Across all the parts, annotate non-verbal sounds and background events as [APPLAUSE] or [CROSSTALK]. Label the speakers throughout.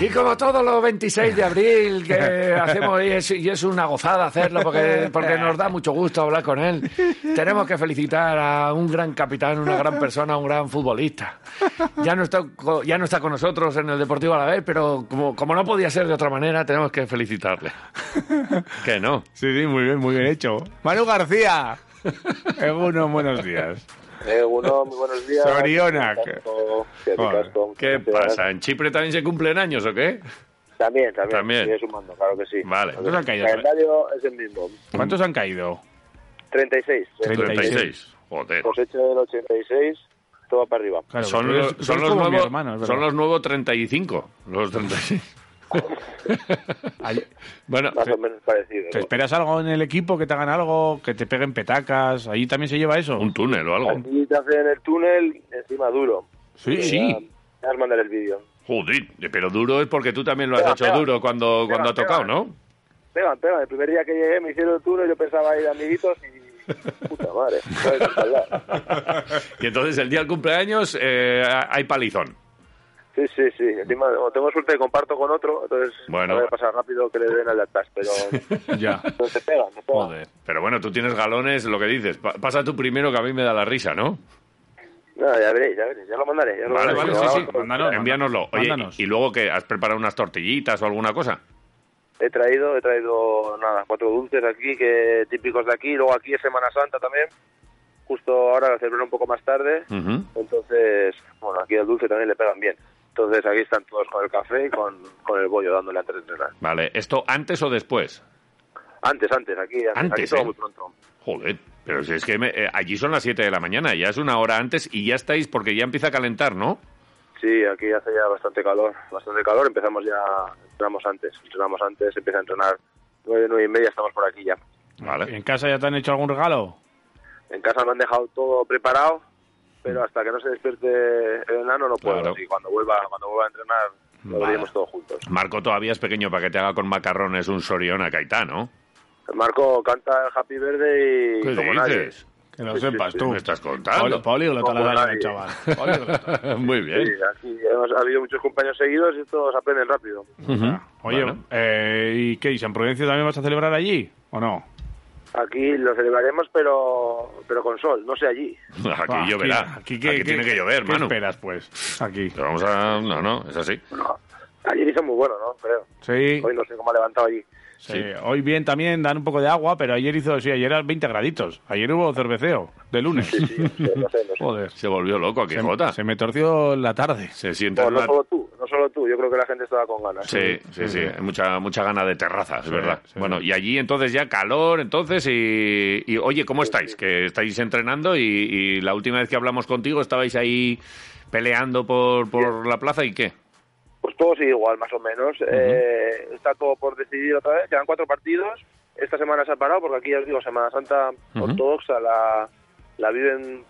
Speaker 1: Y como todos los 26 de abril que hacemos, y es, y es una gozada hacerlo porque, porque nos da mucho gusto hablar con él, tenemos que felicitar a un gran capitán, una gran persona, un gran futbolista. Ya no está, co- ya no está con nosotros en el Deportivo Alavés, pero como, como no podía ser de otra manera, tenemos que [LAUGHS] felicitarle. Que no.
Speaker 2: Sí, sí, muy bien, muy bien hecho. Manu [LAUGHS] García. Egunon, buenos días.
Speaker 3: Eh, uno, muy buenos días.
Speaker 2: Sorionak.
Speaker 3: Qué ricasco,
Speaker 2: Joder,
Speaker 1: ¿Qué
Speaker 3: muchas gracias.
Speaker 1: pasa? ¿En Chipre también se cumplen años o qué?
Speaker 3: También, también.
Speaker 1: También.
Speaker 3: Sigue sumando, claro que sí.
Speaker 1: Vale.
Speaker 3: Claro que
Speaker 2: Tú la
Speaker 3: sí.
Speaker 2: callas,
Speaker 3: El calendario es el mismo.
Speaker 2: ¿Cuántos han caído?
Speaker 3: 36.
Speaker 1: 36. Joder.
Speaker 3: Cosecha Pues del 86, todo para arriba.
Speaker 2: Claro,
Speaker 1: son,
Speaker 2: tú eres-
Speaker 1: los,
Speaker 2: tú
Speaker 1: son
Speaker 2: eres
Speaker 1: los
Speaker 2: como mi
Speaker 1: nuevos,
Speaker 2: hermano, es verdad.
Speaker 1: son los nuevos 35. Los 36.
Speaker 2: [LAUGHS] Ay,
Speaker 1: bueno,
Speaker 3: Más o menos parecido.
Speaker 2: ¿Te esperas algo en el equipo? ¿Que te hagan algo? ¿Que te peguen petacas? ¿Allí también se lleva eso?
Speaker 1: un túnel o algo.
Speaker 3: Aquí te hacen el túnel encima duro.
Speaker 2: Sí.
Speaker 1: Sí.
Speaker 3: Ya Has mandar el vídeo.
Speaker 1: Joder, pero duro es porque tú también lo has
Speaker 3: Pega,
Speaker 1: hecho
Speaker 3: pega.
Speaker 1: duro cuando,
Speaker 3: Pega,
Speaker 1: cuando ha
Speaker 3: pega.
Speaker 1: tocado, ¿no?
Speaker 3: Pegan, pegan. El primer día que llegué me hicieron el túnel, yo pensaba ir a amiguitos
Speaker 1: [LAUGHS]
Speaker 3: y... Puta madre. ¿sabes? Ojalá.
Speaker 1: Y entonces el día del cumpleaños eh, hay palizón.
Speaker 3: Sí, sí, sí. Encima, como tengo suerte que comparto con otro, entonces
Speaker 1: Bueno.
Speaker 3: a ver, pasa rápido que le den al atrás, pero...
Speaker 1: [LAUGHS]
Speaker 2: Ya.
Speaker 3: No te pegan, no pegan.
Speaker 2: Joder.
Speaker 1: Pero bueno, tú tienes galones, lo que dices. Pa- pasa tú primero que a mí me da la risa, ¿no?
Speaker 3: No, ya veréis, ya veréis, ya lo mandaré. Ya lo
Speaker 1: Vale, vale,
Speaker 3: mandaré.
Speaker 1: sí,
Speaker 3: Lo
Speaker 1: sí.
Speaker 3: hago con-
Speaker 2: Mándanos,
Speaker 1: Envíanoslo. Oye,
Speaker 2: Ah, mándanos.
Speaker 1: y, y luego que has preparado unas tortillitas o alguna cosa.
Speaker 3: He traído, he traído nada, cuatro dulces aquí que típicos de aquí. Luego aquí es Semana Santa también. Justo ahora la celebran un poco más tarde.
Speaker 1: Ujú.
Speaker 3: Entonces, bueno, aquí el dulce también le pegan bien. Entonces aquí están todos con el café y con, con el bollo dándole antes de entrenar.
Speaker 1: Vale, ¿esto antes o después?
Speaker 3: Antes, antes, aquí, antes,
Speaker 1: Antes,
Speaker 3: aquí todo
Speaker 1: ¿eh?
Speaker 3: muy pronto.
Speaker 1: Joder, pero si es que me- eh, allí son las 7 de la mañana, ya es una hora antes y ya estáis porque ya empieza a calentar, ¿no?
Speaker 3: Sí, aquí hace ya bastante calor, bastante calor. Empezamos ya, entrenamos antes, entrenamos antes, empieza a entrenar nueve, nueve y media, estamos por aquí ya.
Speaker 1: Vale.
Speaker 2: ¿En casa ya te han hecho algún regalo?
Speaker 3: En casa me han dejado todo preparado, pero hasta que no se despierte el enano no puedo.
Speaker 1: Claro.
Speaker 3: Y cuando vuelva, cuando vuelva a entrenar, lo
Speaker 1: Vale.
Speaker 3: veremos todos juntos.
Speaker 1: Marco todavía es pequeño para que te haga con macarrones un sorión a Caetá, ¿no?
Speaker 3: Marco canta el Happy Verde y
Speaker 1: ¿Qué
Speaker 3: como nadie.
Speaker 1: dices?
Speaker 2: Que lo
Speaker 3: Sí, sí,
Speaker 2: sepas
Speaker 3: sí,
Speaker 1: ¿Qué
Speaker 2: tú.
Speaker 1: me estás
Speaker 2: Poli-
Speaker 1: contando?
Speaker 2: Políglota
Speaker 3: Como
Speaker 2: la Dani,
Speaker 3: nadie.
Speaker 2: chaval. Políglota.
Speaker 1: [LAUGHS] Muy
Speaker 3: Sí,
Speaker 1: bien.
Speaker 3: aquí hemos- ha habido muchos compañeros seguidos y todos aprenden rápido.
Speaker 1: Ujú.
Speaker 2: Oye,
Speaker 1: Bueno.
Speaker 2: eh, ¿y qué? ¿Y San Prudencio también vas a celebrar allí? ¿O no?
Speaker 3: Aquí lo celebraremos, pero pero con sol, no sé allí.
Speaker 1: Aquí
Speaker 2: Ah,
Speaker 1: lloverá. Aquí,
Speaker 2: ¿qué- qué-
Speaker 1: tiene que llover,
Speaker 2: ¿qué
Speaker 1: mano.
Speaker 2: esperas, pues? Aquí.
Speaker 1: Pero vamos a. No, no, es así.
Speaker 3: No, ayer hizo muy bueno, ¿no? Creo.
Speaker 2: Sí,
Speaker 3: Hoy no sé cómo ha levantado allí.
Speaker 2: sí. Hoy bien también dan un poco de agua, pero ayer hizo, sí, ayer eran 20 graditos. Ayer hubo cerveceo, de lunes.
Speaker 3: Sí, sí, no sé, no sé. no
Speaker 1: [LAUGHS]
Speaker 3: sé.
Speaker 2: Joder.
Speaker 1: Se volvió loco aquí, Jota.
Speaker 2: Se, se me torció la tarde.
Speaker 1: Se sienta
Speaker 3: No,
Speaker 1: en
Speaker 3: no
Speaker 1: la-
Speaker 3: solo tú, no solo tú. Yo creo que la gente estaba con ganas.
Speaker 1: Sí, sí, sí. Hay Mucha, mucha gana de terraza, es verdad.
Speaker 2: sí.
Speaker 1: Bueno, y allí entonces ya calor, entonces, y, y, oye, ¿cómo estáis? Que estáis entrenando y, y la última vez que hablamos contigo estabais ahí peleando por, por la plaza y qué.
Speaker 3: Pues todo sigue igual, más o menos. Eh, está todo por decidir otra vez. Quedan cuatro partidos. Esta semana se ha parado porque aquí, ya os digo, Semana Santa
Speaker 1: Ujú.
Speaker 3: ortodoxa la, la viven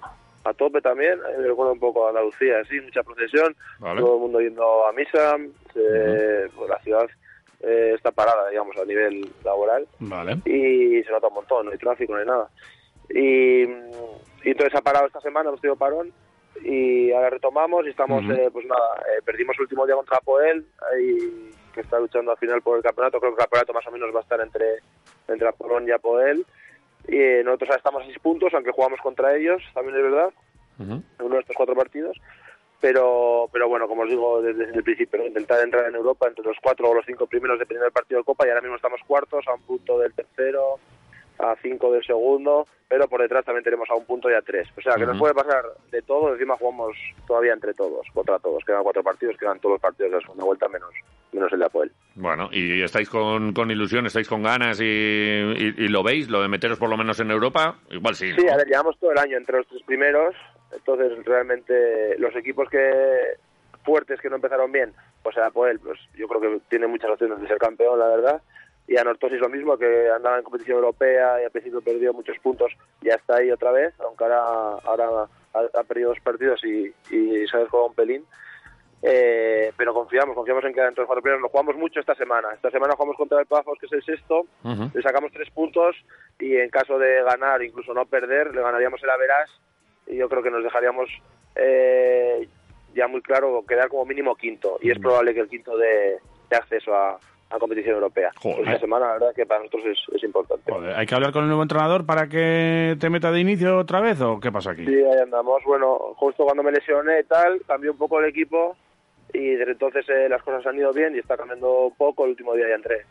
Speaker 3: a tope también. A mí Me recuerda un poco a Andalucía, sí, mucha procesión.
Speaker 1: Vale.
Speaker 3: Todo el mundo yendo a misa. Eh, pues la ciudad eh, está parada, digamos, a nivel laboral
Speaker 2: Vale.
Speaker 3: y se nota un montón, no hay tráfico, no hay nada. Y, mm, y entonces ha parado esta semana, hemos tenido parón y ahora retomamos y estamos,
Speaker 2: Ujú.
Speaker 3: eh, pues nada, eh, perdimos el último día contra Poel, ahí, que está luchando al final por el campeonato, creo que el campeonato más o menos va a estar entre, entre Apolón y Apoel. Y eh, nosotros ahora estamos a seis puntos, aunque jugamos contra ellos, también es verdad,
Speaker 1: Ujú.
Speaker 3: en uno de estos cuatro partidos. Pero, pero bueno, como os digo desde, el principio, ¿no? intentar entrar en Europa entre los cuatro o los cinco primeros dependiendo del partido de Copa y ahora mismo estamos cuartos, a un punto del tercero, a cinco del segundo, pero por detrás también tenemos a un punto y a tres. O sea, que nos
Speaker 1: Ujú.
Speaker 3: puede pasar de todo, encima jugamos todavía entre todos, contra todos. Quedan cuatro partidos, quedan todos los partidos de la segunda vuelta menos, menos el de Apoel.
Speaker 1: Bueno, y estáis con, con ilusión, estáis con ganas y, y- y lo veis, lo de meteros por lo menos en Europa, igual sí. ¿no?
Speaker 3: Sí, a ver, llevamos todo el año entre los tres primeros. Entonces, realmente, los equipos que fuertes que no empezaron bien, pues era por él. Pues yo creo que tiene muchas opciones de ser campeón, la verdad. Y a Nortosis lo mismo, que andaba en competición europea y al principio perdió muchos puntos, ya está ahí otra vez, aunque ahora, ahora ha, ha perdido dos partidos y, y se ha descolgado un pelín. Eh, pero confiamos, confiamos en que dentro de los cuatro primeros nos jugamos mucho esta semana. Esta semana jugamos contra el Pafos, que es el sexto,
Speaker 4: Ujú.
Speaker 3: le sacamos tres puntos y en caso de ganar, incluso no perder, le ganaríamos el Averas y yo creo que nos dejaríamos eh, ya muy claro quedar como mínimo quinto y es
Speaker 2: Mm.
Speaker 3: probable que el quinto de, de acceso a, a competición europea.
Speaker 2: Joder. eh.
Speaker 3: Pues esta semana la verdad que para nosotros es, es importante.
Speaker 2: Joder, ¿Hay que hablar con el nuevo entrenador para que te meta de inicio otra vez o qué pasa aquí?
Speaker 3: Sí, ahí andamos. Bueno, justo cuando me lesioné y tal, cambié un poco el equipo y desde entonces eh, las cosas han ido bien y está cambiando un poco. El último día ya entré.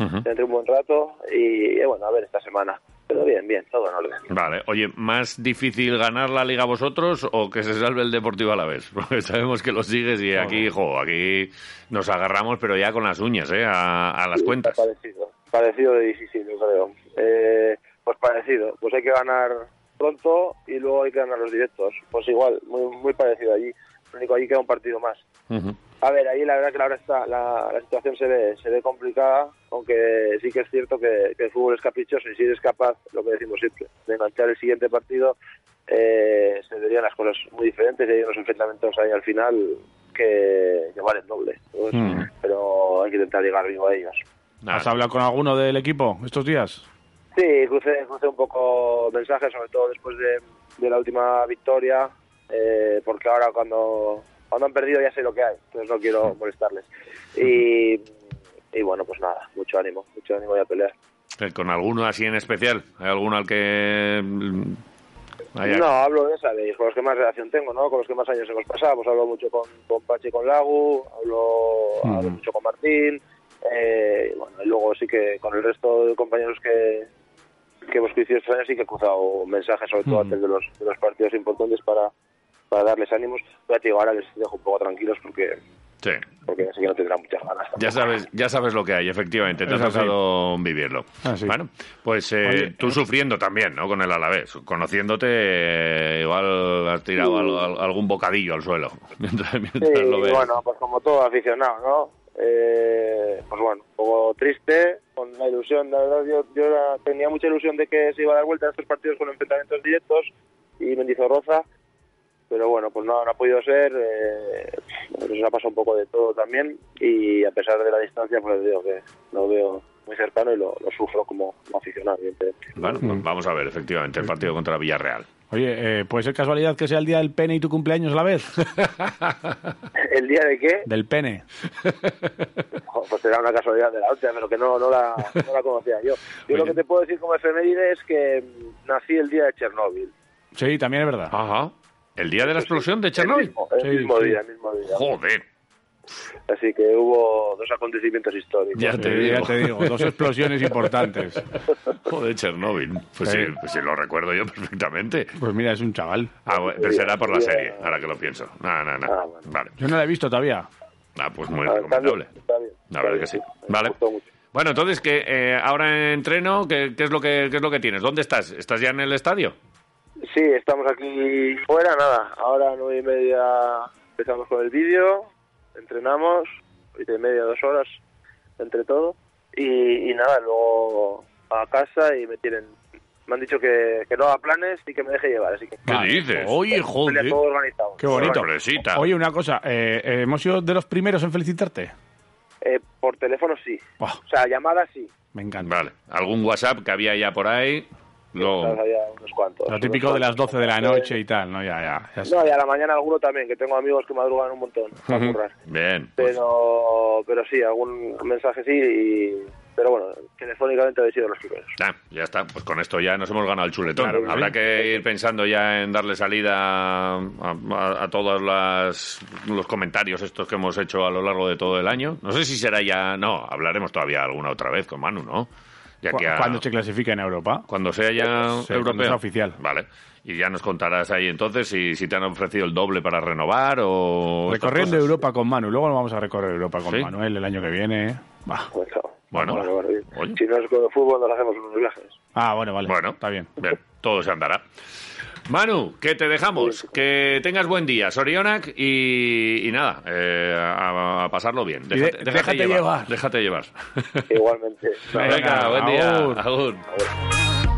Speaker 3: Entré un buen rato y eh, bueno, a ver esta semana. Pero bien, bien, todo en orden.
Speaker 1: Vale, oye, ¿más difícil ganar la liga vosotros o que se salve el Deportivo a la vez? [LAUGHS] Porque sabemos que lo sigues y aquí, jo, aquí nos agarramos, pero ya con las uñas, ¿eh? A, a las
Speaker 3: Sí,
Speaker 1: cuentas.
Speaker 3: Parecido, parecido y difícil, yo creo. Eh, pues parecido, pues hay que ganar pronto y luego hay que ganar los directos. Pues igual, muy, muy parecido allí. Lo único, allí queda un partido más. A ver, ahí la verdad que ahora está, la, la situación se ve, se ve complicada, aunque sí que es cierto que, que el fútbol es caprichoso y si eres capaz, lo que decimos siempre, de enganchar el siguiente partido, eh, se verían las cosas muy diferentes y hay unos enfrentamientos ahí al final que, que valen doble. Pues, Pero hay que intentar llegar vivo a ellos.
Speaker 1: Nada.
Speaker 2: ¿Has hablado con alguno del equipo estos días?
Speaker 3: Sí, crucé, crucé un poco mensajes, sobre todo después de, de la última victoria, eh, porque ahora cuando, cuando han perdido ya sé lo que hay, entonces no quiero molestarles. Y, y bueno, pues nada, mucho ánimo, mucho ánimo y a pelear.
Speaker 1: Eh, ¿Con alguno así en especial? ¿Hay alguno al que...? mm, haya-
Speaker 3: No, hablo de esa, de con los que más relación tengo, ¿no? Con los que más años hemos pasado, pues hablo mucho con, con Pachi y con Lagu, hablo, hablo mucho con Martín, eh, y bueno, y luego sí que con el resto de compañeros que, que hemos coincidido estos años sí que he cruzado mensajes, sobre todo antes de los, de los partidos importantes para, para darles ánimos. Ya te digo, ahora les dejo un poco tranquilos porque,
Speaker 1: Sí.
Speaker 3: porque ya sé que no tendrán muchas ganas.
Speaker 1: Ya sabes, ya sabes lo que hay, efectivamente. Te ha
Speaker 2: Es así.
Speaker 1: tocado vivirlo.
Speaker 2: Así.
Speaker 1: Bueno, pues eh,
Speaker 2: Oye,
Speaker 1: tú sufriendo también, ¿no? Con el Alavés. Conociéndote, eh, igual has tirado al- al- algún bocadillo al suelo. [LAUGHS] Mientras, mientras
Speaker 3: Sí,
Speaker 1: lo ves.
Speaker 3: bueno, pues como todo aficionado, ¿no? Eh, pues bueno, un poco triste, con la ilusión, la verdad yo, yo era- tenía mucha ilusión de que se iba a dar vuelta en estos partidos con enfrentamientos directos y Mendizorroza, pero bueno, pues no, no ha podido ser, eh, pues nos ha pasado un poco de todo también y a pesar de la distancia, pues digo que lo veo muy cercano y lo, lo sufro como, como aficionado, evidentemente. [LAUGHS]
Speaker 1: Bueno,
Speaker 2: Mm.
Speaker 1: pues vamos a ver, efectivamente, el partido contra Villarreal.
Speaker 2: Oye, eh, ¿puede ser casualidad que sea el día del pene y tu cumpleaños a la vez?
Speaker 3: ¿El día de qué?
Speaker 2: del pene.
Speaker 3: Jo, Pues era una casualidad de la hostia, pero que no, no, la, no la conocía yo. Yo lo
Speaker 1: Oye.
Speaker 3: que te puedo decir como efeméride es que mm, nací el día de Chernóbil.
Speaker 2: Sí, también es verdad.
Speaker 1: Ajá. ¿El día de la explosión de
Speaker 3: El
Speaker 1: Chernobyl?
Speaker 3: mismo, el
Speaker 2: Sí,
Speaker 3: mismo
Speaker 2: sí.
Speaker 3: día, el mismo día.
Speaker 1: Joder.
Speaker 3: Así que hubo dos acontecimientos históricos.
Speaker 1: Ya
Speaker 2: Sí,
Speaker 1: te
Speaker 2: ya
Speaker 1: digo.
Speaker 2: te digo, dos explosiones importantes.
Speaker 1: Joder, Chernóbil. Pues sí,
Speaker 2: Sí.
Speaker 1: pues sí, lo recuerdo yo [LAUGHS] perfectamente.
Speaker 2: Pues mira, es un chaval.
Speaker 1: Ah, bueno, pero será por la serie, ahora que lo pienso. Nada, nada,
Speaker 3: eh. Ah,
Speaker 1: nada.
Speaker 3: bueno.
Speaker 1: Vale.
Speaker 2: Yo no la he visto todavía.
Speaker 1: Ah, pues muy
Speaker 3: Ah, está bien,
Speaker 1: recomendable.
Speaker 3: está bien,
Speaker 1: La
Speaker 3: está
Speaker 1: verdad
Speaker 3: bien,
Speaker 1: que sí.
Speaker 3: Me
Speaker 1: Vale.
Speaker 3: gustó mucho.
Speaker 1: Bueno, entonces, que eh, ahora entreno, ¿qué, qué es lo que, qué es lo que tienes? ¿Dónde estás? ¿Estás ya en el estadio?
Speaker 3: Sí, estamos aquí fuera, nada. Ahora nueve y media empezamos con el vídeo, entrenamos, y y media, dos horas entre todo. Y, y nada, luego a casa y me tienen. Me han dicho que, que no haga planes y que me deje llevar, así que.
Speaker 1: ¿Qué dices?
Speaker 2: Oye,
Speaker 3: tenía
Speaker 2: joder.
Speaker 3: todo organizado.
Speaker 2: Qué bonito.
Speaker 1: Sorpresita.
Speaker 2: Oye, una cosa, eh, eh, hemos sido de los primeros en felicitarte.
Speaker 3: Eh, por teléfono sí.
Speaker 2: Buah.
Speaker 3: O sea, llamada sí.
Speaker 2: Me encanta.
Speaker 1: Vale. ¿Algún WhatsApp que había ya por ahí?
Speaker 3: O sea,
Speaker 1: Luego...
Speaker 3: había unos cuantos.
Speaker 2: Oh. Lo
Speaker 3: unos
Speaker 2: típico de las
Speaker 3: cuantos.
Speaker 2: 12 de la noche y tal, ¿no? Ya, ya. ya sé.
Speaker 3: No, y a la mañana alguno también, que tengo amigos que madrugan un montón para currar.
Speaker 1: Bien. pues,
Speaker 3: pero pero sí algún mensaje sí y, pero bueno telefónicamente habéis sido los primeros
Speaker 1: Ah, ya está, pues con esto ya nos hemos ganado el chuletón.
Speaker 2: Claro que
Speaker 1: Habrá
Speaker 2: sí.
Speaker 1: que ir pensando ya en darle salida a, a- a todos las- los comentarios estos que hemos hecho a lo largo de todo el año. No sé si será ya... No, hablaremos todavía alguna otra vez con Manu, ¿no? Ya
Speaker 2: Cu-
Speaker 1: que a-
Speaker 2: Cuando se clasifica en Europa.
Speaker 1: cuando sea ya
Speaker 2: Eh, Sí, cuando
Speaker 1: europeo.
Speaker 2: sea oficial.
Speaker 1: Vale. Y ya nos contarás ahí entonces si, si te han ofrecido el doble para renovar o... estas
Speaker 2: Recorriendo
Speaker 1: cosas.
Speaker 2: Europa con Manu. Luego vamos a recorrer Europa con
Speaker 1: ¿Sí?
Speaker 2: Manuel el año que viene. Bah.
Speaker 3: Pues, claro.
Speaker 1: Bueno.
Speaker 3: bien.
Speaker 1: Oye. [LAUGHS]
Speaker 3: si no es con el fútbol nos hacemos unos viajes
Speaker 2: Ah, bueno, vale.
Speaker 1: Bueno,
Speaker 2: Está bien.
Speaker 1: Bien, todo se andará. Manu, que te dejamos. Que tengas buen día, Sorionac, y, y nada, eh, a, a pasarlo bien.
Speaker 2: de- déjate llevar.
Speaker 1: Déjate llevar.
Speaker 3: Igualmente.
Speaker 1: Venga, buen día.
Speaker 2: agur.
Speaker 1: agur.